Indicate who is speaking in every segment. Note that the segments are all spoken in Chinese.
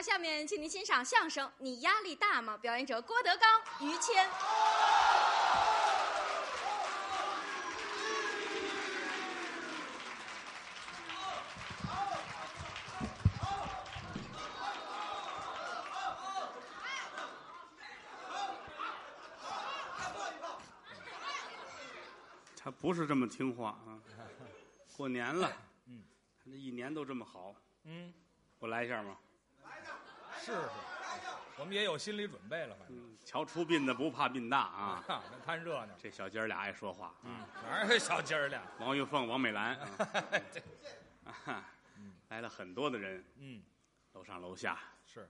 Speaker 1: 下面请您欣赏相声《你压力大吗》，表演者郭德纲、于谦。
Speaker 2: 他不是这么听话 啊。过年了，嗯，他这一年都这么好，
Speaker 3: 嗯，
Speaker 2: 我来一下吗？
Speaker 3: 是是，我们也有心理准备了，反正
Speaker 2: 嗯瞧出殡的不怕殡大啊。
Speaker 3: 哈那看热闹。
Speaker 2: 这小姐儿俩爱说话，嗯，
Speaker 3: 哪有小鸡儿俩？
Speaker 2: 王玉凤、王美兰， 啊
Speaker 3: 这
Speaker 2: 啊哈来了很多的人，
Speaker 3: 嗯，
Speaker 2: 楼上楼下
Speaker 3: 是，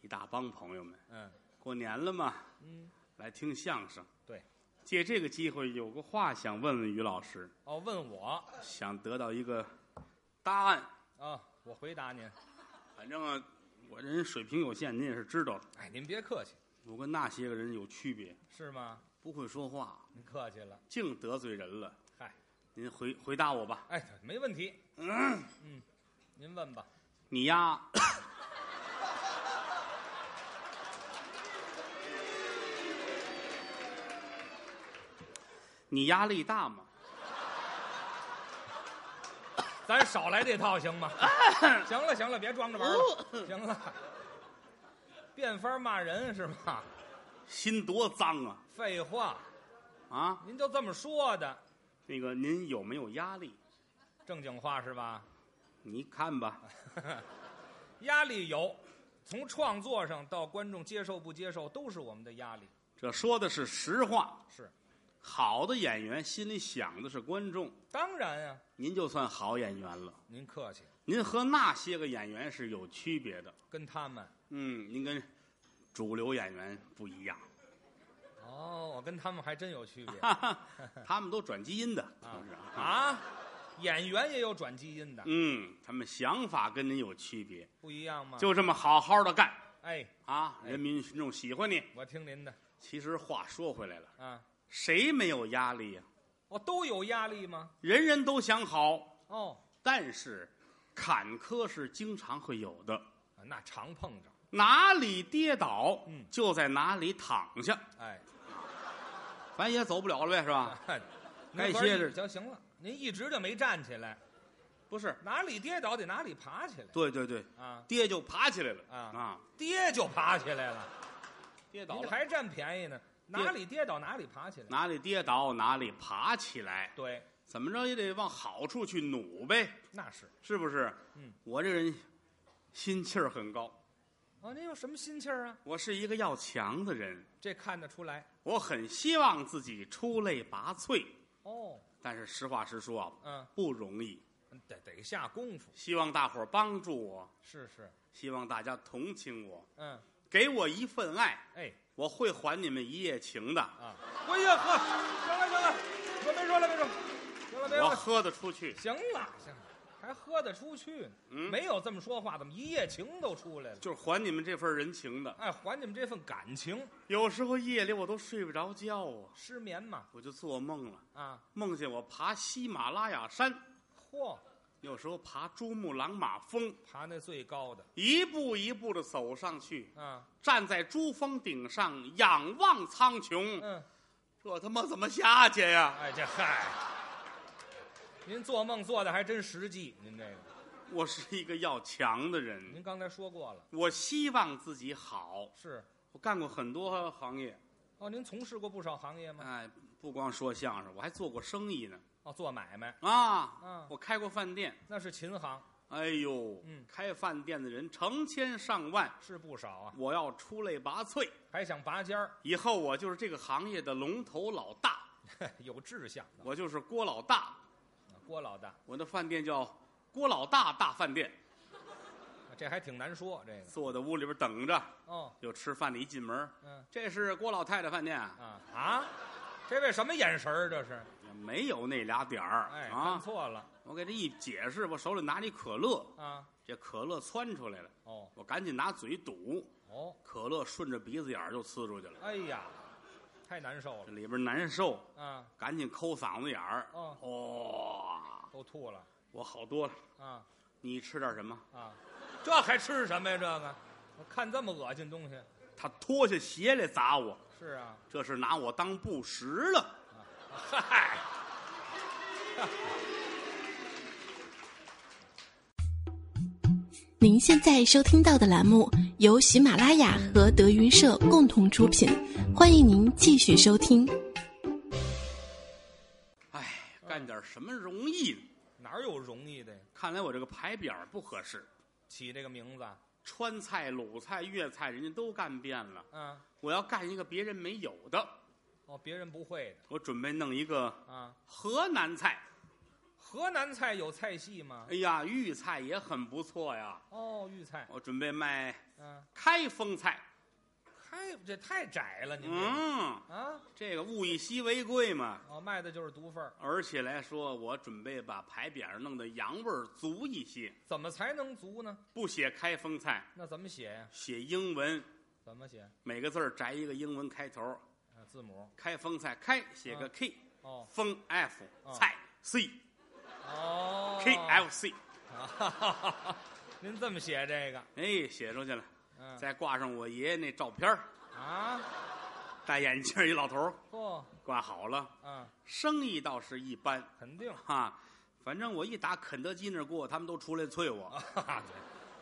Speaker 2: 一大帮朋友们。
Speaker 3: 嗯，
Speaker 2: 过年了嘛，嗯，来听相声，
Speaker 3: 对。
Speaker 2: 借这个机会，有个话想问问于老师，
Speaker 3: 哦，问我
Speaker 2: 想得到一个答案。
Speaker 3: 啊，我回答您。
Speaker 2: 反正啊，我这人水平有限，您也是知道的。
Speaker 3: 哎，您别客气，
Speaker 2: 我跟那些个人有区别，
Speaker 3: 是吗？
Speaker 2: 不会说话，
Speaker 3: 您客气了。
Speaker 2: 净得罪人了。
Speaker 3: 嗨，
Speaker 2: 您回回答我吧，
Speaker 3: 哎，没问题。嗯您问吧。
Speaker 2: 你呀，你压力大吗？
Speaker 3: 咱少来这套行 吗？行了行了，别装着玩了。 行了，变法骂人是吗？
Speaker 2: 心多脏啊
Speaker 3: 废话，
Speaker 2: 啊！
Speaker 3: 您就这么说的，
Speaker 2: 那个您有没有压力？
Speaker 3: 正经话是吧？
Speaker 2: 你看吧，
Speaker 3: 压力有，从创作上到观众接受不接受，都是我们的压力。
Speaker 2: 这说的是实 话。
Speaker 3: 是，
Speaker 2: 好的演员心里想的是观众，
Speaker 3: 当然啊，
Speaker 2: 您就算好演员了。
Speaker 3: 您客气，
Speaker 2: 您和那些个演员是有区别的，
Speaker 3: 跟他们
Speaker 2: 嗯，您跟主流演员不一样，
Speaker 3: 哦，我跟他们还真有 区别
Speaker 2: 哈哈，他们都转基因的，都是啊
Speaker 3: 啊。演员也有转基因的，
Speaker 2: 嗯，他们想法跟您有区别，
Speaker 3: 不一样吗？
Speaker 2: 就这么好好的干
Speaker 3: 哎，
Speaker 2: 啊！
Speaker 3: 哎
Speaker 2: 人民群众喜欢你。
Speaker 3: 我听您的
Speaker 2: 其实话说回来了，
Speaker 3: 啊，
Speaker 2: 谁没有压力呀、
Speaker 3: 我都有压力吗？
Speaker 2: 人人都想好，
Speaker 3: 哦，
Speaker 2: 但是坎坷是经常会有的。
Speaker 3: 啊那常碰着，
Speaker 2: 哪里跌倒，
Speaker 3: 嗯
Speaker 2: 就在哪里躺下，
Speaker 3: 哎，
Speaker 2: 咱也走不了了呗，是 吧？
Speaker 3: 您
Speaker 2: 啊该
Speaker 3: 玩
Speaker 2: 歇
Speaker 3: 一
Speaker 2: 着
Speaker 3: 行行了，您一直就没站起来，
Speaker 2: 不是，
Speaker 3: 哪里跌倒得哪里爬起来
Speaker 2: 对对对，
Speaker 3: 啊，
Speaker 2: 跌就爬起来了
Speaker 3: 啊
Speaker 2: 啊！
Speaker 3: 跌就爬起来了。
Speaker 2: 跌倒
Speaker 3: 您
Speaker 2: 了，
Speaker 3: 还占便宜呢，哪里跌倒哪里爬起来。
Speaker 2: 哪里跌倒哪里爬起来，
Speaker 3: 对，
Speaker 2: 怎么着也得往好处去努呗，
Speaker 3: 那是。
Speaker 2: 是不是？
Speaker 3: 嗯，
Speaker 2: 我这人心气儿很高，
Speaker 3: 哦，您有什么心气儿啊？
Speaker 2: 我是一个要强的人，
Speaker 3: 这看得出来。
Speaker 2: 我很希望自己出类拔萃，
Speaker 3: 哦，
Speaker 2: 但是实话实说啊，
Speaker 3: 嗯，
Speaker 2: 不容易。
Speaker 3: 得得下功夫。
Speaker 2: 希望大伙儿帮助我，
Speaker 3: 是是，
Speaker 2: 希望大家同情我，
Speaker 3: 嗯，
Speaker 2: 给我一份爱，
Speaker 3: 哎
Speaker 2: 我会还你们一夜情的。
Speaker 3: 啊，哎呀呵，行了行了，我没说了没说了，行了别
Speaker 2: 我
Speaker 3: 了，
Speaker 2: 喝得出去，
Speaker 3: 行了行了，还喝得出去呢？
Speaker 2: 嗯
Speaker 3: 没有这么说话，怎么一夜情都出来了？
Speaker 2: 就是还你们这份人情的。
Speaker 3: 哎，还你们这份感情，
Speaker 2: 有时候夜里我都睡不着觉啊，
Speaker 3: 失眠嘛
Speaker 2: 我就做梦了，
Speaker 3: 啊，
Speaker 2: 梦见我爬喜马拉雅山，
Speaker 3: 嚯，
Speaker 2: 有时候爬珠穆朗玛峰，
Speaker 3: 爬那最高的
Speaker 2: 一步一步的走上去，
Speaker 3: 啊，
Speaker 2: 站在珠峰顶上仰望苍穹，
Speaker 3: 嗯，
Speaker 2: 这他妈怎么下去呀？
Speaker 3: 哎这嗨，您做梦做的还真实际，您这个。
Speaker 2: 我是一个要强的人，
Speaker 3: 您刚才说过了，
Speaker 2: 我希望自己好。
Speaker 3: 是
Speaker 2: 我干过很多行业，
Speaker 3: 哦，您从事过不少行业吗？
Speaker 2: 哎，不光说相声，我还做过生意呢。
Speaker 3: 哦，做买卖，
Speaker 2: 啊
Speaker 3: 嗯，
Speaker 2: 我开过饭店，
Speaker 3: 那是琴行，
Speaker 2: 哎呦，
Speaker 3: 嗯
Speaker 2: 开饭店的人成千上万，
Speaker 3: 是不少啊，
Speaker 2: 我要出类拔萃，
Speaker 3: 还想拔尖儿，
Speaker 2: 以后我就是这个行业的龙头老大，
Speaker 3: 有志向的。啊
Speaker 2: 我就是郭老大，
Speaker 3: 郭老大，
Speaker 2: 我的饭店叫郭老大大饭店，
Speaker 3: 这还挺难说，这个
Speaker 2: 坐我的屋里边等着，
Speaker 3: 哦，
Speaker 2: 就吃饭的一进门，
Speaker 3: 嗯
Speaker 2: 这是郭老太太饭店啊，
Speaker 3: 啊啊，这位什么眼神儿？这是，
Speaker 2: 没有那俩点儿、
Speaker 3: 哎，看
Speaker 2: 啊，
Speaker 3: 错了
Speaker 2: 我给他一解释，我手里拿着一可乐，
Speaker 3: 啊，
Speaker 2: 这可乐窜出来了，
Speaker 3: 哦
Speaker 2: 我赶紧拿嘴堵，
Speaker 3: 哦，
Speaker 2: 可乐顺着鼻子眼儿就呲出去了，
Speaker 3: 哎呀，太难受
Speaker 2: 这里边难受。
Speaker 3: 了啊，
Speaker 2: 赶紧抠嗓子眼儿。
Speaker 3: 哦
Speaker 2: 哦，
Speaker 3: 都吐了
Speaker 2: 我好多了。
Speaker 3: 啊
Speaker 2: 你吃点什么？
Speaker 3: 啊，这还吃什么呀？这个我看这么恶心东西，
Speaker 2: 他脱下鞋来砸我，
Speaker 3: 是啊，
Speaker 2: 这是拿我当布什了。
Speaker 3: 嗨。
Speaker 4: 您现在收听到的栏目由喜马拉雅和德云社共同出品，欢迎您继续收听。
Speaker 2: 哎，干点什么容易呢？
Speaker 3: 哪有容易的呀？
Speaker 2: 看来我这个牌匾不合适，
Speaker 3: 起这个名字啊，
Speaker 2: 川菜、鲁菜、粤菜，人家都干遍了。
Speaker 3: 嗯，
Speaker 2: 我要干一个别人没有的，
Speaker 3: 哦，别人不会的
Speaker 2: 我准备弄一个
Speaker 3: 啊。
Speaker 2: 河南菜。
Speaker 3: 河南菜有菜系吗？
Speaker 2: 哎呀，豫菜也很不错呀。
Speaker 3: 哦，豫菜，
Speaker 2: 我准备卖
Speaker 3: 嗯，
Speaker 2: 开封菜。
Speaker 3: 太这太窄了，您这
Speaker 2: 嗯，
Speaker 3: 啊，
Speaker 2: 这个物以稀为贵嘛。
Speaker 3: 哦，卖的就是独份儿，
Speaker 2: 而且来说，我准备把牌匾弄得洋味儿足一些，
Speaker 3: 怎么才能足呢？
Speaker 2: 不写开封菜，
Speaker 3: 那怎么写呀？
Speaker 2: 写英文，
Speaker 3: 怎么写？
Speaker 2: 每个字儿摘一个英文开头。
Speaker 3: 呃字母。
Speaker 2: 开封菜开写个 K，、
Speaker 3: 哦
Speaker 2: 封 F
Speaker 3: 哦
Speaker 2: 菜 C
Speaker 3: 哦
Speaker 2: K F C，
Speaker 3: 啊， 您这么写这个？
Speaker 2: 哎，写出去了。
Speaker 3: 嗯
Speaker 2: 再挂上我爷爷那照片儿，
Speaker 3: 啊，
Speaker 2: 戴眼镜儿一老头儿，
Speaker 3: 嚯、
Speaker 2: 挂好了。
Speaker 3: 啊，
Speaker 2: 生意倒是一般
Speaker 3: 肯定。
Speaker 2: 哈、反正我一打肯德基那儿过，他们都出来催我。
Speaker 3: 啊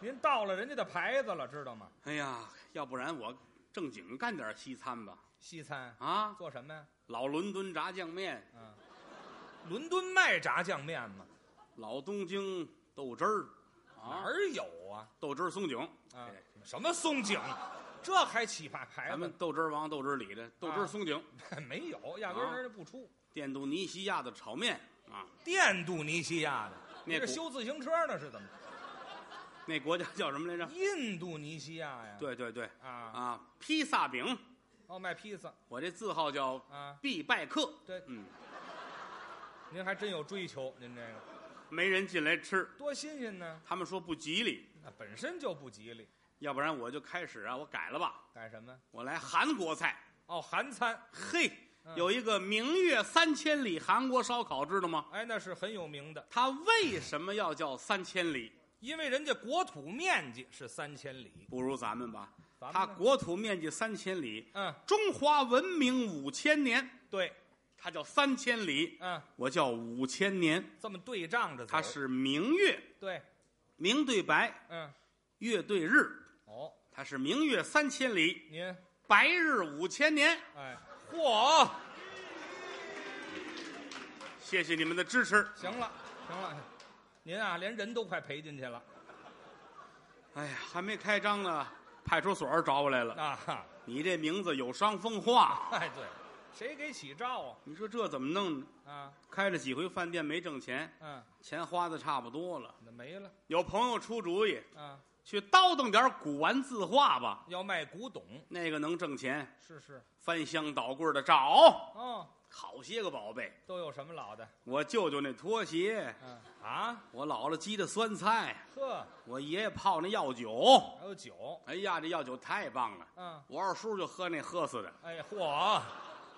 Speaker 3: 对您到了人家的牌子了，知道吗？
Speaker 2: 哎呀，要不然我正经干点西餐吧？
Speaker 3: 西餐
Speaker 2: 啊，
Speaker 3: 做什么呀？
Speaker 2: 老伦敦炸酱面，
Speaker 3: 嗯，伦敦卖炸酱面吗？
Speaker 2: 老东京豆汁儿，
Speaker 3: 哪
Speaker 2: 啊，
Speaker 3: 儿有啊？
Speaker 2: 豆汁儿松井，
Speaker 3: 啊
Speaker 2: 哎，
Speaker 3: 什么松井？这还起码牌
Speaker 2: 咱们
Speaker 3: 子
Speaker 2: 豆汁儿王、豆汁儿李的豆汁儿
Speaker 3: 哎啊
Speaker 2: 松井。
Speaker 3: 没有，压根
Speaker 2: 啊
Speaker 3: 儿人家不出。
Speaker 2: 电镀尼西亚的炒面啊，
Speaker 3: 电镀尼西亚的，
Speaker 2: 那
Speaker 3: 你这
Speaker 2: 股
Speaker 3: 修自行车呢是 怎么着？
Speaker 2: 那国家叫什么来着？
Speaker 3: 印度尼西亚呀？
Speaker 2: 对对对，
Speaker 3: 啊，
Speaker 2: 啊，披萨饼，
Speaker 3: 哦，卖披萨
Speaker 2: 我这字号叫
Speaker 3: 啊，
Speaker 2: 必拜客。
Speaker 3: 对
Speaker 2: 嗯，
Speaker 3: 您还真有追求，您这个
Speaker 2: 没人进来吃，
Speaker 3: 多新鲜呢！
Speaker 2: 他们说不吉利，
Speaker 3: 那本身就不吉利，
Speaker 2: 要不然我就开始啊，我改了吧，
Speaker 3: 干什么？
Speaker 2: 我来韩国菜。
Speaker 3: 哦，韩餐，
Speaker 2: 嘿，
Speaker 3: 嗯
Speaker 2: 有一个明月三千里韩国烧烤，知道吗？
Speaker 3: 哎，那是很有名的，
Speaker 2: 它为什么要叫三千里？
Speaker 3: 因为人家国土面积是三千里，
Speaker 2: 不如咱们吧，
Speaker 3: 咱们
Speaker 2: 它
Speaker 3: 呢
Speaker 2: 国土面积三千里，
Speaker 3: 嗯，
Speaker 2: 中华文明五千年，
Speaker 3: 对，
Speaker 2: 它叫三千里，
Speaker 3: 嗯，
Speaker 2: 我叫五千年。
Speaker 3: 这么对仗着走，
Speaker 2: 它是明月，
Speaker 3: 对，
Speaker 2: 明对白，
Speaker 3: 嗯，
Speaker 2: 月对日，
Speaker 3: 哦，
Speaker 2: 它是明月三千里，
Speaker 3: 您，
Speaker 2: 白日五千年。
Speaker 3: 哎，嚯，
Speaker 2: 谢谢你们的支持。
Speaker 3: 行了，行了，您啊，连人都快赔进去了
Speaker 2: 哎呀，还没开张呢，派出所找我来了。
Speaker 3: 啊！哈
Speaker 2: 你这名字有伤风化，
Speaker 3: 哎，对，谁给起照啊？
Speaker 2: 你说这怎么弄呢？
Speaker 3: 啊，
Speaker 2: 开了几回饭店没挣钱，
Speaker 3: 嗯，
Speaker 2: 钱花的差不多了。
Speaker 3: 那没了
Speaker 2: 有朋友出主意，
Speaker 3: 啊，
Speaker 2: 去叨叨点古玩字画吧，
Speaker 3: 要卖古董，
Speaker 2: 那个能挣钱。
Speaker 3: 是是，
Speaker 2: 翻箱倒柜的找，
Speaker 3: 哦，
Speaker 2: 好些个宝贝。
Speaker 3: 都有什么老的？
Speaker 2: 我舅舅那拖鞋，
Speaker 3: 嗯啊，
Speaker 2: 我姥姥鸡的酸菜，
Speaker 3: 呵，
Speaker 2: 我爷爷泡那药酒，
Speaker 3: 还有酒，
Speaker 2: 哎呀，这药酒太棒了！
Speaker 3: 嗯，
Speaker 2: 我二叔就喝那喝死的。
Speaker 3: 哎，嚯，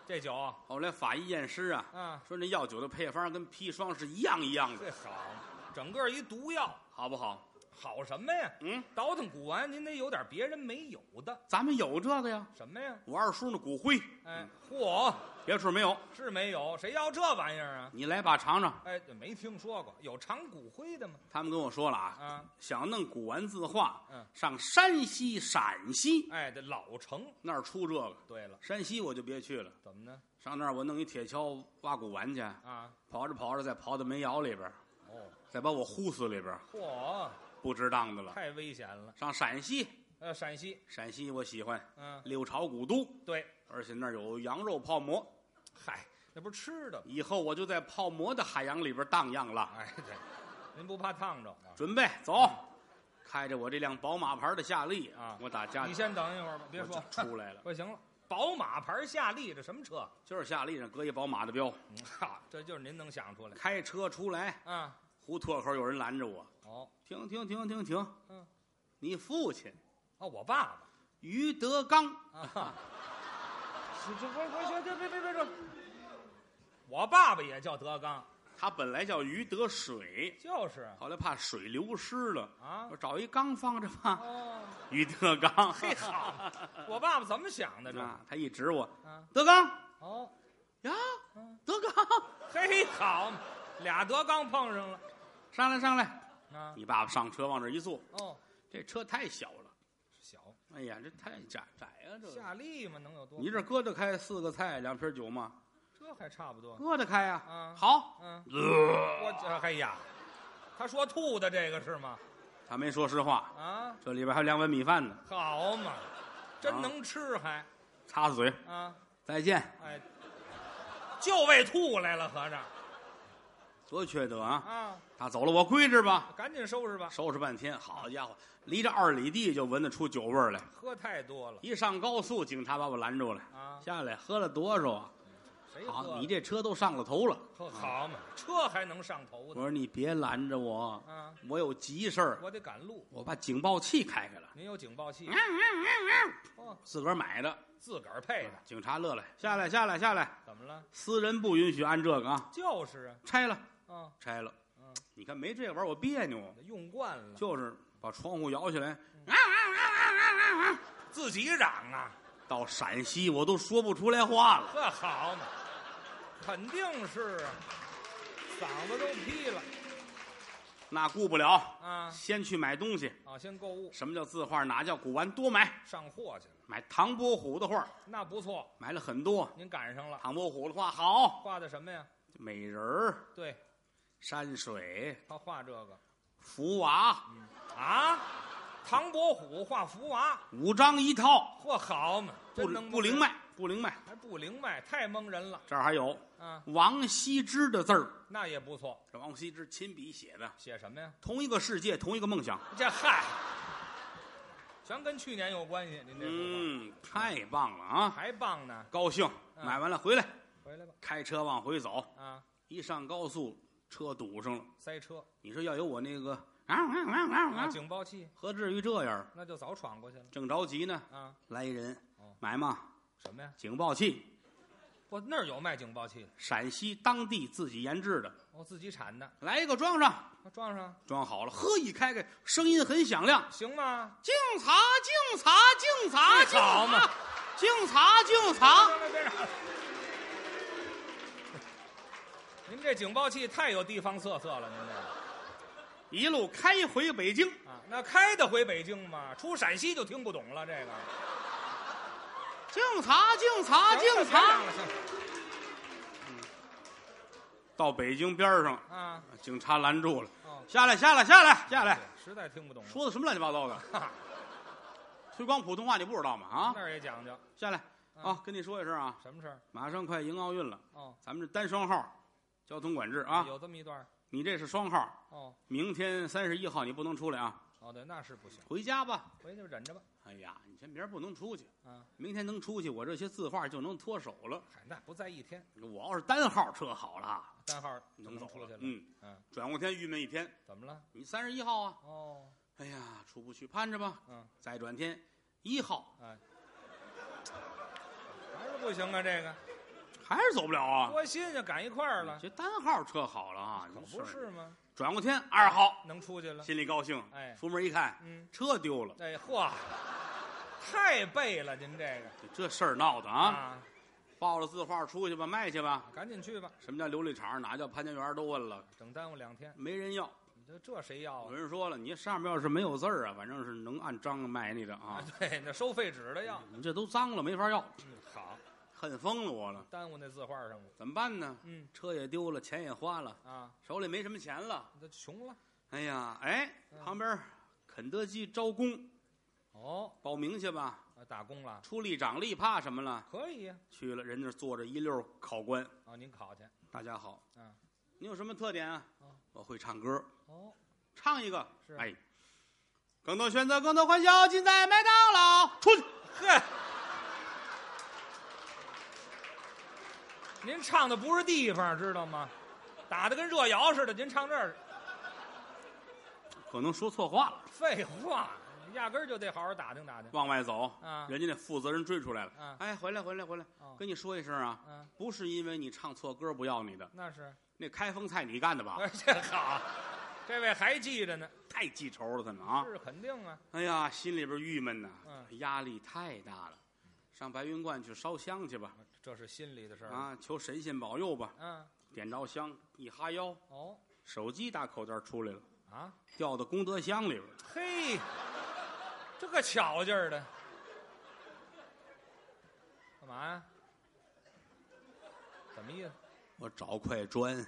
Speaker 3: 这酒啊，
Speaker 2: 后来法医验尸啊，
Speaker 3: 嗯
Speaker 2: 说那药酒的配方跟砒霜是一样一样的，
Speaker 3: 这好，整个一毒药，
Speaker 2: 好不好？
Speaker 3: 好什么呀？
Speaker 2: 嗯，
Speaker 3: 倒腾古玩，您得有点别人没有的，
Speaker 2: 咱们有这个呀。
Speaker 3: 什么呀？
Speaker 2: 我二叔那骨灰，
Speaker 3: 哎，嚯，
Speaker 2: 别处没有，
Speaker 3: 是没有，谁要这玩意儿啊？
Speaker 2: 你来把尝尝。
Speaker 3: 哎，没听说过有藏骨灰的吗？
Speaker 2: 他们跟我说了啊，
Speaker 3: 啊，
Speaker 2: 想弄古玩字画，
Speaker 3: 嗯
Speaker 2: 上山西、陕西
Speaker 3: 哎，这老城。
Speaker 2: 那儿出这个。
Speaker 3: 对了，
Speaker 2: 山西我就别去了，
Speaker 3: 怎么呢？
Speaker 2: 上那儿我弄一铁锹挖古玩去，
Speaker 3: 啊，
Speaker 2: 刨着刨着再刨到煤窑里边儿，
Speaker 3: 哦，
Speaker 2: 再把我呼死里边儿，
Speaker 3: 嚯，
Speaker 2: 不值当的了。
Speaker 3: 太危险了。
Speaker 2: 上陕西，
Speaker 3: 呃，陕西，
Speaker 2: 陕西我喜欢
Speaker 3: 嗯，
Speaker 2: 六朝古都，
Speaker 3: 对，
Speaker 2: 而且那儿有羊肉泡馍，
Speaker 3: 嗨，那不是吃 的吗？
Speaker 2: 以后我就在泡馍的海洋里边荡漾了。
Speaker 3: 哎，对，您不怕烫着啊？
Speaker 2: 准备走，开着我这辆宝马牌的夏利
Speaker 3: 啊
Speaker 2: 我打家
Speaker 3: 你先等一会儿吧，别
Speaker 2: 我
Speaker 3: 说
Speaker 2: 就，出来了，
Speaker 3: 不行了。宝马牌夏利，这什么车？
Speaker 2: 就是夏利上搁一宝马的标，
Speaker 3: 嗯 哈，这就是您能想出来
Speaker 2: 开车出来，
Speaker 3: 啊？
Speaker 2: 胡同口有人拦着我，
Speaker 3: 哦，
Speaker 2: 停停停停停，
Speaker 3: 嗯，
Speaker 2: 你父亲
Speaker 3: 哦，我爸
Speaker 2: 于德刚，
Speaker 3: 爸啊，这这不不行，别别别别说，我爸爸也叫德刚，
Speaker 2: 他本来叫于得水，
Speaker 3: 就是
Speaker 2: 后来怕水流失了，
Speaker 3: 啊
Speaker 2: 我找一缸放着吧，
Speaker 3: 哦，
Speaker 2: 于德刚。
Speaker 3: 嘿好， 我爸爸怎么想的这？
Speaker 2: 啊，他一指我，
Speaker 3: 啊，
Speaker 2: 德刚
Speaker 3: 哦，
Speaker 2: 呀
Speaker 3: 嗯，
Speaker 2: 德刚，
Speaker 3: 嘿好嘛，俩德刚碰上了
Speaker 2: 上来上来。
Speaker 3: 啊，
Speaker 2: 你爸爸上车往这一坐，
Speaker 3: 哦，
Speaker 2: 这车太小了，
Speaker 3: 小
Speaker 2: 哎呀，这太窄窄啊，这个。
Speaker 3: 夏利嘛，能有多？
Speaker 2: 你这搁得开四个菜两瓶酒吗？
Speaker 3: 这还差不多，
Speaker 2: 搁得开呀、
Speaker 3: 啊
Speaker 2: 好，
Speaker 3: 嗯，
Speaker 2: 呃
Speaker 3: 我这哎呀，他说吐的这个是吗？
Speaker 2: 他没说实话，
Speaker 3: 啊，
Speaker 2: 这里边还有两碗米饭呢，
Speaker 3: 好嘛，真
Speaker 2: 啊
Speaker 3: 能吃还
Speaker 2: 擦擦嘴，
Speaker 3: 啊，
Speaker 2: 再见，
Speaker 3: 哎，就为吐来了，合着
Speaker 2: 多缺德啊！
Speaker 3: 啊，
Speaker 2: 他走了，我归置吧。
Speaker 3: 赶紧收拾吧，
Speaker 2: 收拾半天，好家伙，离这二里地就闻得出酒味儿来。
Speaker 3: 喝太多了
Speaker 2: 一上高速，警察把我拦住了，
Speaker 3: 啊，
Speaker 2: 下来喝了多少啊？
Speaker 3: 谁喝
Speaker 2: 好，
Speaker 3: 了？
Speaker 2: 你这车都上了头了。
Speaker 3: 呵好嘛，这还能上头
Speaker 2: 我
Speaker 3: 呢
Speaker 2: 说你别拦着我，
Speaker 3: 啊！
Speaker 2: 我有急事儿，
Speaker 3: 我得赶路，
Speaker 2: 我把警报器开开了，
Speaker 3: 您有警报器，哦，
Speaker 2: 自个儿买的。
Speaker 3: 自个儿配的，
Speaker 2: 警察乐了，下来，下来，下来，
Speaker 3: 怎么了？
Speaker 2: 私人不允许按这个啊！
Speaker 3: 就是啊，
Speaker 2: 拆了，
Speaker 3: 啊，
Speaker 2: 拆了。
Speaker 3: 嗯，
Speaker 2: 你看没这玩意儿我别扭，
Speaker 3: 用惯了，
Speaker 2: 就是把窗户摇起来。
Speaker 3: 嗯自己嚷啊，
Speaker 2: 到陕西我都说不出来话了，
Speaker 3: 这好嘛，肯定是啊，嗓子都劈了
Speaker 2: 那顾不了，
Speaker 3: 啊
Speaker 2: 先去买东西。
Speaker 3: 啊！先购物
Speaker 2: 什么叫字画？哪叫古玩？多买，
Speaker 3: 上货去了，
Speaker 2: 买唐伯虎的画，
Speaker 3: 那不错，
Speaker 2: 买了很多。
Speaker 3: 您赶上了，
Speaker 2: 唐伯虎的画好，
Speaker 3: 画的什么呀？
Speaker 2: 美人儿、
Speaker 3: 对
Speaker 2: 山水、
Speaker 3: 他画这个
Speaker 2: 福娃，
Speaker 3: 啊，唐伯虎画福娃，
Speaker 2: 五张一套，
Speaker 3: 嚯好嘛，
Speaker 2: 不
Speaker 3: 真能
Speaker 2: 不灵
Speaker 3: 卖。
Speaker 2: 卖，不灵卖。
Speaker 3: 还不灵脉，太蒙人了
Speaker 2: 这儿还有
Speaker 3: 啊！
Speaker 2: 王羲之的字儿，
Speaker 3: 那也不错，
Speaker 2: 这王羲之亲笔写的，
Speaker 3: 写什么呀？
Speaker 2: 同一个世界，同一个梦想。
Speaker 3: 这嗨，全跟去年有关系。您这幅
Speaker 2: 嗯，太棒了
Speaker 3: 画
Speaker 2: 啊！
Speaker 3: 还棒呢，
Speaker 2: 高兴，
Speaker 3: 嗯
Speaker 2: 买完了回来，
Speaker 3: 回来吧
Speaker 2: 开车往回走，
Speaker 3: 啊！
Speaker 2: 一上高速，车堵上了。
Speaker 3: 塞车
Speaker 2: 你说要有我那个啊啊啊啊
Speaker 3: 啊，
Speaker 2: 啊，
Speaker 3: 警报器，
Speaker 2: 何至于这样？
Speaker 3: 那就早闯过去了
Speaker 2: 正着急呢，
Speaker 3: 啊！
Speaker 2: 来一人
Speaker 3: 哦，
Speaker 2: 买嘛，
Speaker 3: 什么呀？
Speaker 2: 警报器，
Speaker 3: 我那儿有卖警报器的，
Speaker 2: 陕西当地自己研制的，
Speaker 3: 我自己产的，
Speaker 2: 来一个装上，
Speaker 3: 我撞上
Speaker 2: 装好了，呵，一开开，声音很响亮，
Speaker 3: 行吗？
Speaker 2: 警察，警察，警察，警
Speaker 3: 好嘛
Speaker 2: 察，警察，警察，
Speaker 3: 别嚷！别嚷您这警报器太有地方特色了，您这个
Speaker 2: 一路开回北京，
Speaker 3: 啊，那开得回北京吗？出陕西就听不懂了，这个。
Speaker 2: 警察，警察，警
Speaker 3: 哎
Speaker 2: 察，到北京边上，
Speaker 3: 啊！
Speaker 2: 警察拦住了，
Speaker 3: 哦，
Speaker 2: 下来，下来，下来，下来，
Speaker 3: 实在听不懂了。
Speaker 2: 说的什么乱七八糟的？
Speaker 3: 哎哈哈
Speaker 2: 推广普通话你不知道吗？啊
Speaker 3: 那，儿也讲究
Speaker 2: 下来
Speaker 3: 嗯
Speaker 2: 啊，跟你说一声啊，
Speaker 3: 什么事儿？
Speaker 2: 马上快迎奥运了，
Speaker 3: 哦，
Speaker 2: 咱们这单双号，交通管制啊，
Speaker 3: 有这么一段儿。
Speaker 2: 你这是双号，
Speaker 3: 哦，
Speaker 2: 明天三十一号你不能出来啊，
Speaker 3: 哦，对，那是不行，
Speaker 2: 回家吧。
Speaker 3: 回去忍着吧。
Speaker 2: 哎呀，你这明儿不能出去，
Speaker 3: 啊，
Speaker 2: 明天能出去，我这些字画就能脱手了。
Speaker 3: 嗨，那不在一天，
Speaker 2: 我要是单号车好了，
Speaker 3: 单号就
Speaker 2: 走
Speaker 3: 能出去了。
Speaker 2: 嗯，
Speaker 3: 嗯，
Speaker 2: 转过天郁闷一天，
Speaker 3: 怎么了？
Speaker 2: 你三十一号啊，
Speaker 3: 哦，
Speaker 2: 哎呀，出不去，盼着吧。
Speaker 3: 嗯，
Speaker 2: 再转天一号
Speaker 3: 哎，还是不行啊，这个
Speaker 2: 还是走不了啊。
Speaker 3: 多新鲜，赶一块儿了，
Speaker 2: 这单号车好了啊，
Speaker 3: 可
Speaker 2: 有事
Speaker 3: 不
Speaker 2: 儿
Speaker 3: 嗯是吗？
Speaker 2: 转过天二号，
Speaker 3: 能出去了。
Speaker 2: 心里高兴，
Speaker 3: 哎
Speaker 2: 出门一看，
Speaker 3: 嗯，
Speaker 2: 车丢了，
Speaker 3: 哎，嚯，太背了，您这个
Speaker 2: 这事儿闹的
Speaker 3: 嗯
Speaker 2: 啊，，抱着字画出去吧，卖去吧。
Speaker 3: 赶紧去吧，
Speaker 2: 什么叫琉璃厂？哪叫潘家园？都问了，
Speaker 3: 等耽误两天，
Speaker 2: 没人要。
Speaker 3: 你这这谁要
Speaker 2: 有
Speaker 3: 啊？
Speaker 2: 人说了，你上面要是没有字儿啊，反正是能按章卖你的啊
Speaker 3: 啊，。 对，那收废纸的要。
Speaker 2: 你这都脏了，没法要，
Speaker 3: 嗯，好，
Speaker 2: 恨疯了我了，
Speaker 3: 耽误那字画上了。
Speaker 2: 怎么办呢？
Speaker 3: 嗯
Speaker 2: 车也丢了，钱也花了，
Speaker 3: 啊，
Speaker 2: 手里没什么钱了。
Speaker 3: 那穷了。
Speaker 2: 哎呀，哎，
Speaker 3: 嗯
Speaker 2: 旁边肯德基招工，
Speaker 3: 哦，
Speaker 2: 报名去吧，
Speaker 3: 啊打工了，
Speaker 2: 出力长力，怕什么了？
Speaker 3: 可以呀。
Speaker 2: 去了，人家坐着一溜考官，
Speaker 3: 啊，您考去。
Speaker 2: 大家好，
Speaker 3: 嗯，
Speaker 2: 你有什么特点啊
Speaker 3: 哦？
Speaker 2: 我会唱歌，
Speaker 3: 哦，
Speaker 2: 唱一个。
Speaker 3: 是
Speaker 2: 哎，更多选择，更多欢笑，尽在麦当劳。出去，
Speaker 3: 呵，您唱的不是地方，知道吗？打的跟热窑似的，您唱这儿
Speaker 2: 可能说错话了。
Speaker 3: 废话，压根儿就得好好打听打听。
Speaker 2: 往外走
Speaker 3: 啊，
Speaker 2: 人家那负责人追出来
Speaker 3: 啊
Speaker 2: 了，哎，回来回来回来
Speaker 3: 哦，
Speaker 2: 跟你说一声啊，
Speaker 3: 嗯，
Speaker 2: 不是因为你唱错歌不要你的，
Speaker 3: 那是。
Speaker 2: 那开封菜你干的吧？
Speaker 3: 哎， 这好，这位还记着呢，
Speaker 2: 太记仇了他们啊！
Speaker 3: 是肯定啊。
Speaker 2: 哎呀，心里边郁闷呐，
Speaker 3: 嗯
Speaker 2: 压力太大了，上白云观去烧香去吧，
Speaker 3: 这是心里的事儿。
Speaker 2: 啊，求神仙保佑吧。
Speaker 3: 嗯，
Speaker 2: 点着香，一哈腰，
Speaker 3: 哦，
Speaker 2: 手机打口袋出来了，
Speaker 3: 啊，
Speaker 2: 掉到功德箱里边了。
Speaker 3: 嘿，这个巧劲儿的，干嘛呀？怎么意思？
Speaker 2: 我找块砖，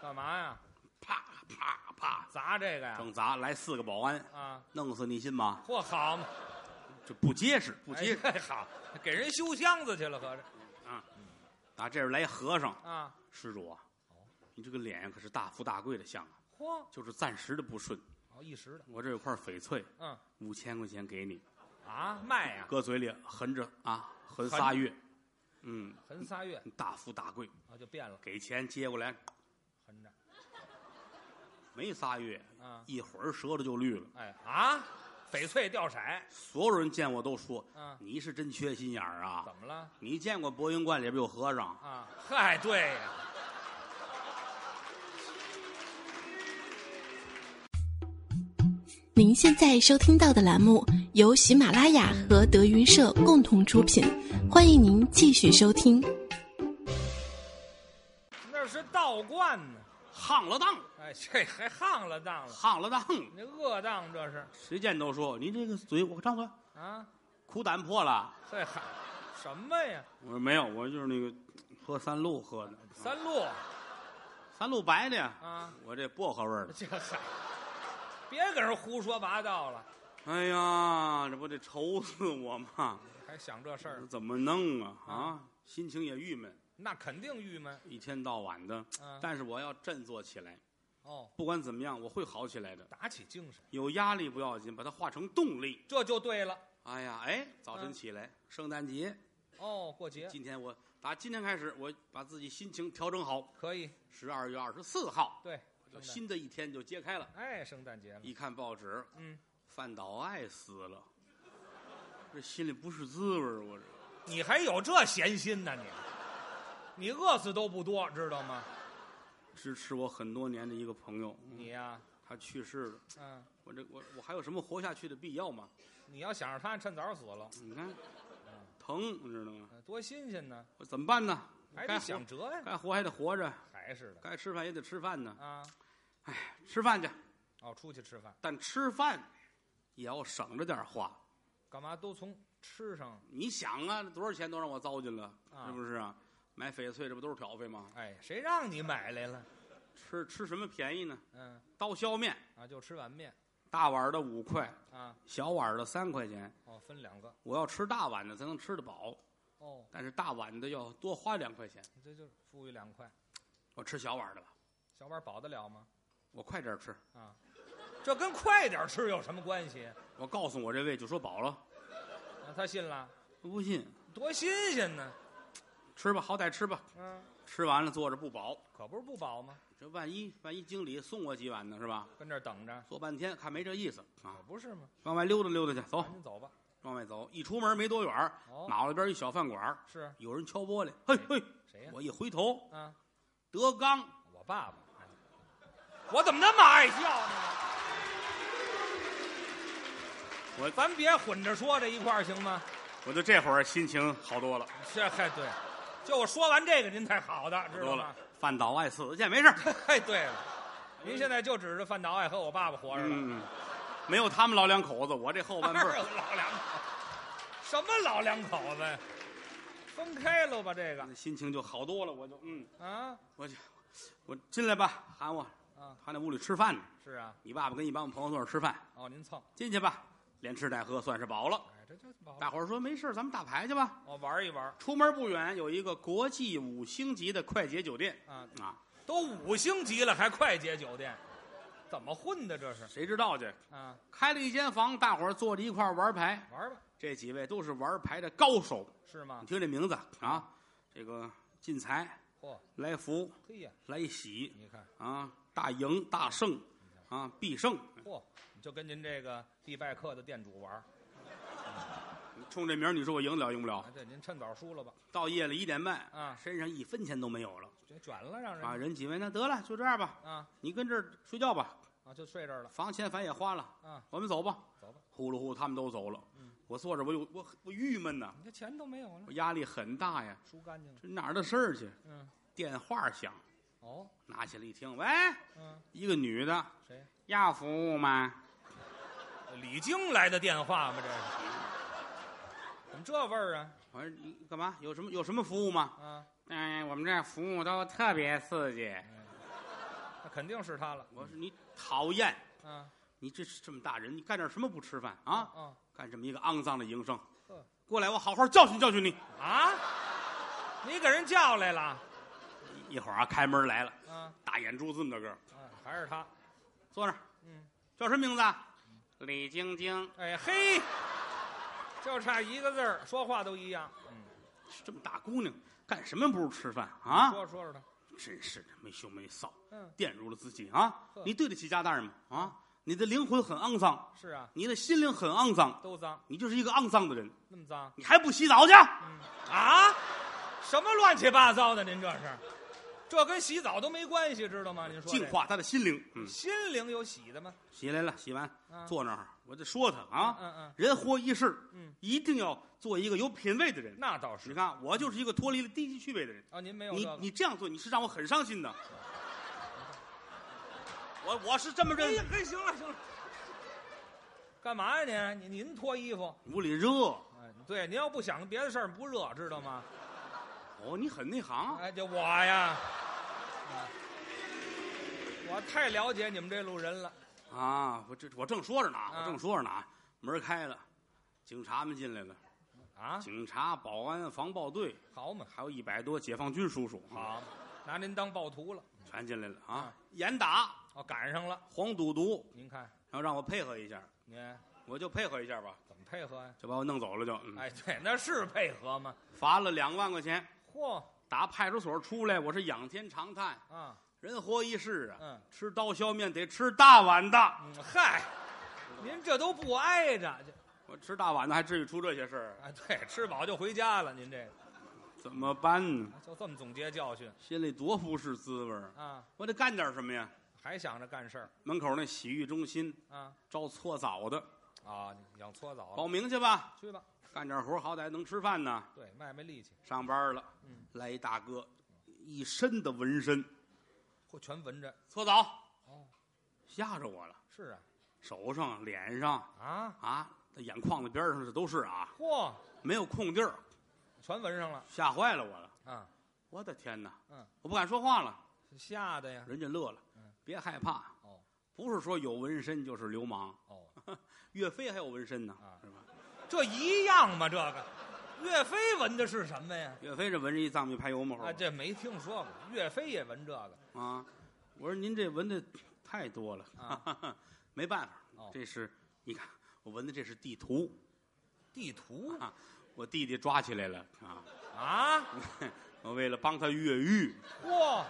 Speaker 3: 干嘛呀？
Speaker 2: 啪啪啪，
Speaker 3: 砸这个呀？
Speaker 2: 正砸来四个保安，
Speaker 3: 啊，
Speaker 2: 弄死你信吗？
Speaker 3: 嚯，好嘛，
Speaker 2: 这不结实，不结实
Speaker 3: 哎 好，给人修箱子去了，合着
Speaker 2: 啊！打这边来和尚，
Speaker 3: 啊，
Speaker 2: 施主啊，你这个脸可是大富大贵的相啊，
Speaker 3: 嚯，
Speaker 2: 就是暂时的不顺。
Speaker 3: 哦，一时的，
Speaker 2: 我这有块翡翠，
Speaker 3: 嗯，
Speaker 2: 五千块钱给你，
Speaker 3: 啊，卖呀，
Speaker 2: 搁嘴里含着啊，含
Speaker 3: 含
Speaker 2: 仨月，嗯，
Speaker 3: 横仨月
Speaker 2: 大富大贵，
Speaker 3: 啊，就变了，
Speaker 2: 给钱接过来
Speaker 3: 横着，
Speaker 2: 没仨月，
Speaker 3: 啊
Speaker 2: 一会儿舌头就绿了。
Speaker 3: 哎啊，翡翠掉色，
Speaker 2: 所有人见我都说
Speaker 3: 嗯，
Speaker 2: 你是真缺心眼儿啊
Speaker 3: 怎！么了？
Speaker 2: 你见过博云观里边有和尚？
Speaker 3: 啊，嗨，对呀、
Speaker 4: 您现在收听到的栏目由喜马拉雅和德云社共同出品，欢迎您继续收听。
Speaker 3: 那是道观呢。
Speaker 2: 夯了当，
Speaker 3: 哎，这还夯了当了，
Speaker 2: 夯了当！
Speaker 3: 你这恶当这是
Speaker 2: 谁见都说你这个嘴，我张嘴，
Speaker 3: 啊？
Speaker 2: 苦胆破了。
Speaker 3: 这还什么呀？
Speaker 2: 我说没有，我就是那个喝三鹿喝的，
Speaker 3: 三鹿
Speaker 2: 三鹿白的呀。
Speaker 3: 啊，
Speaker 2: 我这薄荷味儿的。
Speaker 3: 这还别跟人胡说八道了，
Speaker 2: 哎呀，这不得愁死我吗？
Speaker 3: 还想这事儿，
Speaker 2: 怎么弄啊？啊，心情也郁闷，
Speaker 3: 那肯定郁闷。
Speaker 2: 一天到晚的。
Speaker 3: 嗯，
Speaker 2: 但是我要振作起来，
Speaker 3: 哦，
Speaker 2: 不管怎么样，我会好起来的。
Speaker 3: 打起精神，
Speaker 2: 有压力不要紧，把它化成动力。
Speaker 3: 这就对了。
Speaker 2: 哎呀，哎，早晨
Speaker 3: 嗯
Speaker 2: 起来，圣诞节，
Speaker 3: 哦，过节
Speaker 2: 今天我打今天开始，我把自己心情调整好。
Speaker 3: 可以，
Speaker 2: 十二月二十四号，
Speaker 3: 对，
Speaker 2: 这
Speaker 3: 圣
Speaker 2: 新的一天就揭开了。
Speaker 3: 诞哎，圣诞节了，
Speaker 2: 一看报纸，
Speaker 3: 嗯，
Speaker 2: 范岛爱死了，这心里不是滋味儿。我这
Speaker 3: 你还有这闲心呢你？你饿死都不多，知道吗？
Speaker 2: 支持我很多年的一个朋友，嗯
Speaker 3: 你呀、
Speaker 2: 他去世了，
Speaker 3: 嗯，
Speaker 2: 我这我我还有什么活下去的必要吗？
Speaker 3: 你要想着他，趁早死了，
Speaker 2: 你看，疼，你知道吗？
Speaker 3: 嗯多新鲜呢！
Speaker 2: 我怎么办呢？
Speaker 3: 还
Speaker 2: 该
Speaker 3: 得
Speaker 2: 活
Speaker 3: 想辙呀，
Speaker 2: 该活还得活着，
Speaker 3: 还是的
Speaker 2: 该吃饭也得吃饭呢。
Speaker 3: 啊。
Speaker 2: 吃饭去，
Speaker 3: 哦，出去吃饭，
Speaker 2: 但吃饭也要省着点花。
Speaker 3: 干嘛都从吃上？
Speaker 2: 你想啊，多少钱都让我糟践了，
Speaker 3: 啊
Speaker 2: 是不是啊？买翡翠这不都是挑费吗？
Speaker 3: 哎，谁让你买来了？
Speaker 2: 吃吃什么便宜呢？
Speaker 3: 嗯，
Speaker 2: 刀削面，
Speaker 3: 啊，就吃碗面
Speaker 2: 大碗的五块，
Speaker 3: 啊。
Speaker 2: 小碗的三块钱。
Speaker 3: 哦，分两个。
Speaker 2: 我要吃大碗的才能吃得饱，
Speaker 3: 哦，
Speaker 2: 但是大碗的要多花两块钱。
Speaker 3: 这就富裕两块，
Speaker 2: 我吃小碗的吧，
Speaker 3: 小碗饱得了吗？
Speaker 2: 我快点吃。
Speaker 3: 啊，这跟快点吃有什么关系？
Speaker 2: 我告诉我这位就说饱了，
Speaker 3: 啊，他信了，
Speaker 2: 我不信，
Speaker 3: 多新鲜呢！
Speaker 2: 吃吧，好歹吃吧。
Speaker 3: 嗯，
Speaker 2: 吃完了坐着不饱，
Speaker 3: 可不是不饱吗？
Speaker 2: 这万一万一经理送我几碗呢，是吧？
Speaker 3: 跟这儿等着，
Speaker 2: 坐半天看没这意思啊
Speaker 3: 可，不是吗？
Speaker 2: 往外溜达溜达去，走
Speaker 3: 赶，紧走吧。
Speaker 2: 往外走。一出门没多远儿，
Speaker 3: 哦，
Speaker 2: 马路边一小饭馆儿，
Speaker 3: 是
Speaker 2: 有人敲玻璃，嘿嘿，
Speaker 3: 谁呀？
Speaker 2: 我一回头，
Speaker 3: 啊，
Speaker 2: 德刚，
Speaker 3: 我爸爸。哎我怎么那么爱笑呢？
Speaker 2: 我
Speaker 3: 咱别混着说这一块儿行吗？
Speaker 2: 我就这会儿心情好多了，
Speaker 3: 这还对，就我说完这个您才好的，
Speaker 2: 好
Speaker 3: 知
Speaker 2: 多
Speaker 3: 道
Speaker 2: 了
Speaker 3: 吗？。
Speaker 2: 饭岛爱死去，没事儿，
Speaker 3: 太对了，您现在就指着范导爱和我爸爸活着了。
Speaker 2: 嗯，没有他们老两口子，我这后半辈
Speaker 3: 哪
Speaker 2: 儿
Speaker 3: 有 老两口？什么老两口子呀？分开喽吧，这个
Speaker 2: 心情就好多了。我就嗯，
Speaker 3: 啊
Speaker 2: 我就我进来吧，喊我，
Speaker 3: 啊，
Speaker 2: 他那屋里吃饭呢。
Speaker 3: 是啊，
Speaker 2: 你爸爸跟一帮朋友坐那儿吃饭，
Speaker 3: 哦，您蹭，
Speaker 2: 进去吧，连吃带喝算是饱了。
Speaker 3: 哎，这这不好
Speaker 2: 大伙儿说没事儿，咱们打牌去吧。
Speaker 3: 哦，玩一玩
Speaker 2: 出门不远有一个国际五星级的快捷酒店
Speaker 3: 啊，
Speaker 2: 啊，
Speaker 3: 都五星级了还快捷酒店，怎么混的这是
Speaker 2: 谁知道去？
Speaker 3: 啊？
Speaker 2: 开了一间房，大伙儿坐着一块儿玩牌。
Speaker 3: 玩吧，
Speaker 2: 这几位都是玩牌的高手，
Speaker 3: 是
Speaker 2: 你
Speaker 3: 吗？
Speaker 2: 听这名字啊，这个进财、
Speaker 3: 嚯，
Speaker 2: 来福、
Speaker 3: 嘿呀，
Speaker 2: 来喜
Speaker 3: 你看，
Speaker 2: 啊，大赢、大胜啊，必胜。
Speaker 3: 嚯，就跟您这个必拜客的店主玩儿。
Speaker 2: 冲这名儿，你说我赢得了赢不了
Speaker 3: 啊？，对，您趁早输了吧，
Speaker 2: 到夜里一点半
Speaker 3: 啊
Speaker 2: 身上一分钱都没有了
Speaker 3: 这卷了让人
Speaker 2: 啊！人几位，那得了，就这样吧，
Speaker 3: 啊
Speaker 2: 你跟这儿睡觉吧，
Speaker 3: 啊，就睡这儿了
Speaker 2: 房钱反正也花了，
Speaker 3: 啊，
Speaker 2: 我们走吧。
Speaker 3: 走吧，嗯
Speaker 2: 呼噜呼，他们都走了，我坐着，我有我我郁闷呐，
Speaker 3: 你这钱都没有了
Speaker 2: 我，压力很大呀，
Speaker 3: 输干净了。
Speaker 2: 这哪儿的事儿去？
Speaker 3: 嗯，
Speaker 2: 电话响，
Speaker 3: 哦，
Speaker 2: 拿起来一听，喂，
Speaker 3: 嗯，
Speaker 2: 一个女的，
Speaker 3: 谁？
Speaker 2: 要服务吗？
Speaker 3: 呃李菁来的电话吗？这是？怎么这味儿啊？
Speaker 2: 我说你干嘛？有什么有什么服务吗？
Speaker 3: 啊，
Speaker 2: 哎，我们这儿服务都特别刺激。
Speaker 3: 那肯定是他了。
Speaker 2: 哎我说你讨厌，
Speaker 3: 啊
Speaker 2: 你这是这么大人，你干点什么不吃饭
Speaker 3: 啊
Speaker 2: 啊？干这么一个肮脏的营生
Speaker 3: 呵，
Speaker 2: 过来，我好好教训教训你。
Speaker 3: 啊！你给人叫来了？
Speaker 2: 一会儿啊，开门来了，
Speaker 3: 啊
Speaker 2: 大眼珠子这么大个儿，
Speaker 3: 啊，还是他？
Speaker 2: 坐那儿，
Speaker 3: 嗯，
Speaker 2: 叫什么名字啊？李晶晶，
Speaker 3: 哎嘿，就差一个字儿，说话都一样。
Speaker 2: 这么大姑娘，干什么不如吃饭啊？
Speaker 3: 说说说他。
Speaker 2: 真是的，没羞没臊，
Speaker 3: 嗯，
Speaker 2: 玷污了自己啊
Speaker 3: 呵！
Speaker 2: 你对得起家大人吗？啊，你的灵魂很肮脏，
Speaker 3: 是啊，
Speaker 2: 你的心灵很肮脏，
Speaker 3: 都脏，
Speaker 2: 你就是一个肮脏的人，
Speaker 3: 那么脏。
Speaker 2: 你还不洗澡去？
Speaker 3: 嗯啊，什么乱七八糟的？您这是，这跟洗澡都没关系，知道吗？您说这
Speaker 2: 净化他的心灵。啊嗯，
Speaker 3: 心灵有洗的吗？
Speaker 2: 洗来了，洗完
Speaker 3: 嗯
Speaker 2: 坐那儿，我就说他
Speaker 3: 嗯
Speaker 2: 啊，
Speaker 3: 嗯嗯，
Speaker 2: 人活一世，
Speaker 3: 嗯，
Speaker 2: 一定要做一个有品位的人。
Speaker 3: 那倒是
Speaker 2: 你。看，我就是一个脱离了低级趣味的人。
Speaker 3: 啊，您没有
Speaker 2: 你
Speaker 3: 这个？
Speaker 2: 你这样做，你是让我很伤心的。我我是这么认为，
Speaker 3: 嘿，哎行了行了，干嘛呀您？您您脱衣服？
Speaker 2: 屋里热
Speaker 3: 哎，对，您要不想别的事儿不热，知道吗？
Speaker 2: 哦，你很内行啊。
Speaker 3: 哎，就我呀，我太了解你们这路人了。
Speaker 2: 啊，我这我正说着呢，
Speaker 3: 啊
Speaker 2: 我正说着呢，门开了，警察们进来了，
Speaker 3: 啊，
Speaker 2: 警察、保安、防暴队，
Speaker 3: 好嘛，
Speaker 2: 还有一百多解放军叔叔，啊，
Speaker 3: 好，拿您当暴徒了。
Speaker 2: 全进来了啊！严打、
Speaker 3: 哦，赶上了，
Speaker 2: 黄赌毒，
Speaker 3: 您看
Speaker 2: 然后让我配合一下，
Speaker 3: 您
Speaker 2: 我就配合一下吧，
Speaker 3: 怎么配合呀、
Speaker 2: 就把我弄走了就，嗯
Speaker 3: 哎，对，那是配合吗？
Speaker 2: 罚了两万块钱。
Speaker 3: 嚯
Speaker 2: 打派出所出来，我是仰天长叹，
Speaker 3: 啊，
Speaker 2: 人活一世啊，
Speaker 3: 嗯
Speaker 2: 吃刀削面得吃大碗的，
Speaker 3: 嗯，嗨，您这都不挨着，这
Speaker 2: 我吃大碗的还至于出这些事儿？
Speaker 3: 啊，对，吃饱就回家了。您这个
Speaker 2: 怎么办呢？
Speaker 3: 就这么总结教训
Speaker 2: 心里多不是滋味儿，
Speaker 3: 啊，
Speaker 2: 我得干点什么呀？
Speaker 3: 还想着干事儿
Speaker 2: 门口那洗浴中心
Speaker 3: 啊
Speaker 2: 招搓澡的，
Speaker 3: 啊，你想搓澡了
Speaker 2: 报名去吧，
Speaker 3: 去吧，
Speaker 2: 干点活儿好歹能吃饭呢。
Speaker 3: 对，卖卖力气，
Speaker 2: 上班了，
Speaker 3: 嗯
Speaker 2: 来一大哥，一身的纹身，
Speaker 3: 会全闻着。
Speaker 2: 搓澡，
Speaker 3: 哦，
Speaker 2: 吓着我了，
Speaker 3: 是啊，
Speaker 2: 手上、脸上
Speaker 3: 啊，
Speaker 2: 啊，这眼眶子边上这都是啊，
Speaker 3: 嚯，
Speaker 2: 没有空地儿，
Speaker 3: 全闻上了
Speaker 2: 吓坏了我了。
Speaker 3: 啊，
Speaker 2: 我的天哪！
Speaker 3: 嗯，
Speaker 2: 我不敢说话了。
Speaker 3: 吓的呀，
Speaker 2: 人家乐了
Speaker 3: 嗯，
Speaker 2: 别害怕。
Speaker 3: 哦，
Speaker 2: 不是说有纹身就是流氓，
Speaker 3: 哦，
Speaker 2: 岳飞还有纹身呢
Speaker 3: 啊，
Speaker 2: 是吧？
Speaker 3: 这一样吗？这个，岳飞闻的是什么呀？
Speaker 2: 岳飞这纹着一藏民拍油墨猴
Speaker 3: 啊，这没听说过，岳飞也闻这个
Speaker 2: 啊！我说您这纹的太多了，
Speaker 3: 啊，
Speaker 2: 没办法，
Speaker 3: 哦
Speaker 2: 这是你看我纹的这是地图，
Speaker 3: 地图
Speaker 2: 啊我弟弟抓起来了啊！
Speaker 3: 啊，
Speaker 2: 我为了帮他越狱，
Speaker 3: 嚯，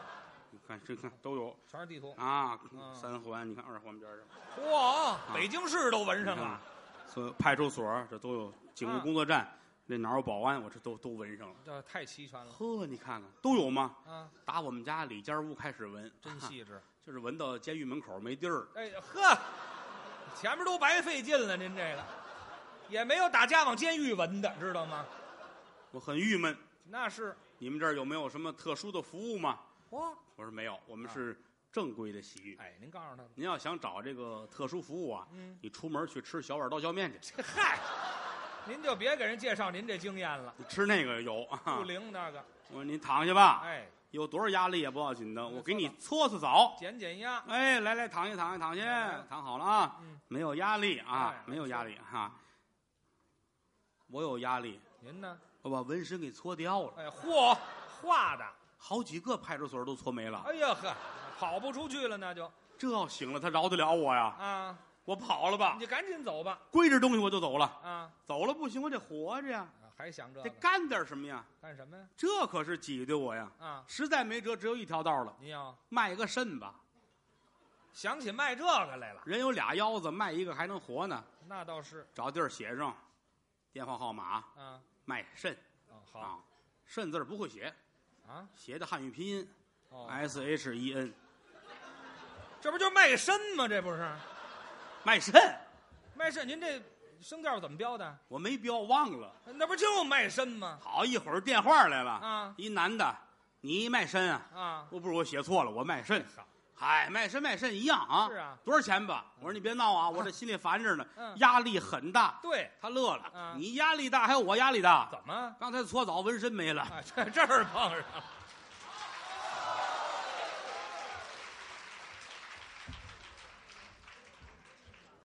Speaker 2: 你看这看都有
Speaker 3: 全是地图，
Speaker 2: 啊
Speaker 3: 嗯，
Speaker 2: 三环你看二环边上，
Speaker 3: 嚯，北京市都闻
Speaker 2: 你
Speaker 3: 上
Speaker 2: 看
Speaker 3: 了，，
Speaker 2: 所有派出所这都有警务
Speaker 3: 啊
Speaker 2: 工作站，那哪儿有保安我这都都纹上了。
Speaker 3: 嗯这太齐全了
Speaker 2: 呵，你看看都有吗？
Speaker 3: 啊，
Speaker 2: 打我们家里间屋开始闻，
Speaker 3: 真
Speaker 2: 啊，
Speaker 3: 细致。
Speaker 2: 就是闻到监狱门口没地儿，
Speaker 3: 哎呵，前面都白费劲了，您这个也没有打架往监狱闻的，知道吗？
Speaker 2: 我很郁闷。
Speaker 3: 那是
Speaker 2: 你们这儿有没有什么特殊的服务吗？
Speaker 3: 嚯，
Speaker 2: 我说没有，我们
Speaker 3: 啊
Speaker 2: 是正规的洗浴。
Speaker 3: 哎，您告诉他吧，
Speaker 2: 您要想找这个特殊服务啊，
Speaker 3: 嗯
Speaker 2: 你出门去吃小碗刀削面 去，
Speaker 3: 这嗨，您就别给人介绍您这经验了，
Speaker 2: 你吃那个有
Speaker 3: 不
Speaker 2: 啊。
Speaker 3: 灵那个，
Speaker 2: 我说您躺下吧，
Speaker 3: 哎，
Speaker 2: 有多少压力也不要紧的，
Speaker 3: 嗯
Speaker 2: 我给你搓搓澡。
Speaker 3: 减减压，
Speaker 2: 哎，来来，躺下躺下躺下
Speaker 3: 嗯，
Speaker 2: 躺好了啊
Speaker 3: 嗯，
Speaker 2: 没有压力啊
Speaker 3: 哎，
Speaker 2: 没有压力哈、我有压力，
Speaker 3: 您呢？
Speaker 2: 我把纹身给搓掉了。
Speaker 3: 哎，嚯，画的，
Speaker 2: 好几个派出所都搓没了
Speaker 3: 哎，呀呵，跑不出去了那就
Speaker 2: 这要醒了，他饶得了我呀？
Speaker 3: 啊，
Speaker 2: 我跑了吧
Speaker 3: 你，赶紧走吧
Speaker 2: 归置东西我就走了，
Speaker 3: 啊，
Speaker 2: 走了不行，我得活着呀，
Speaker 3: 啊还想这
Speaker 2: 得
Speaker 3: 个
Speaker 2: 干点什么呀？
Speaker 3: 干什么呀？
Speaker 2: 这可是挤兑我呀！
Speaker 3: 啊，
Speaker 2: 实在没辙，只有一条道了，
Speaker 3: 您要
Speaker 2: 卖个肾吧。
Speaker 3: 想起卖这个来了，
Speaker 2: 人有俩腰子，卖一个还能活呢。
Speaker 3: 那倒是
Speaker 2: 找地儿写上电话号码，
Speaker 3: 啊，
Speaker 2: 卖肾
Speaker 3: 哦好
Speaker 2: 啊，肾字儿不会写，
Speaker 3: 啊，
Speaker 2: 写的汉语拼音
Speaker 3: 哦，
Speaker 2: S H E N，
Speaker 3: 这不就卖身吗？这不是
Speaker 2: 卖肾。
Speaker 3: 卖身？您这声调怎么标的？
Speaker 2: 我没标，忘了。
Speaker 3: 那不就卖身吗？
Speaker 2: 好，一会儿电话来了，
Speaker 3: 啊
Speaker 2: 一男的，你卖肾啊？
Speaker 3: 啊，
Speaker 2: 我不是我写错了，我卖肾。
Speaker 3: 好，
Speaker 2: 嗨，卖肾卖肾一样啊。
Speaker 3: 啊是啊
Speaker 2: 多少钱吧？我说你别闹啊，我这心里烦着呢，
Speaker 3: 嗯
Speaker 2: 压力很大。
Speaker 3: 对，
Speaker 2: 他乐了，
Speaker 3: 啊
Speaker 2: 你压力大，还有我压力大。
Speaker 3: 怎么？
Speaker 2: 刚才搓澡纹身没了，
Speaker 3: 哎啊，这这儿碰上了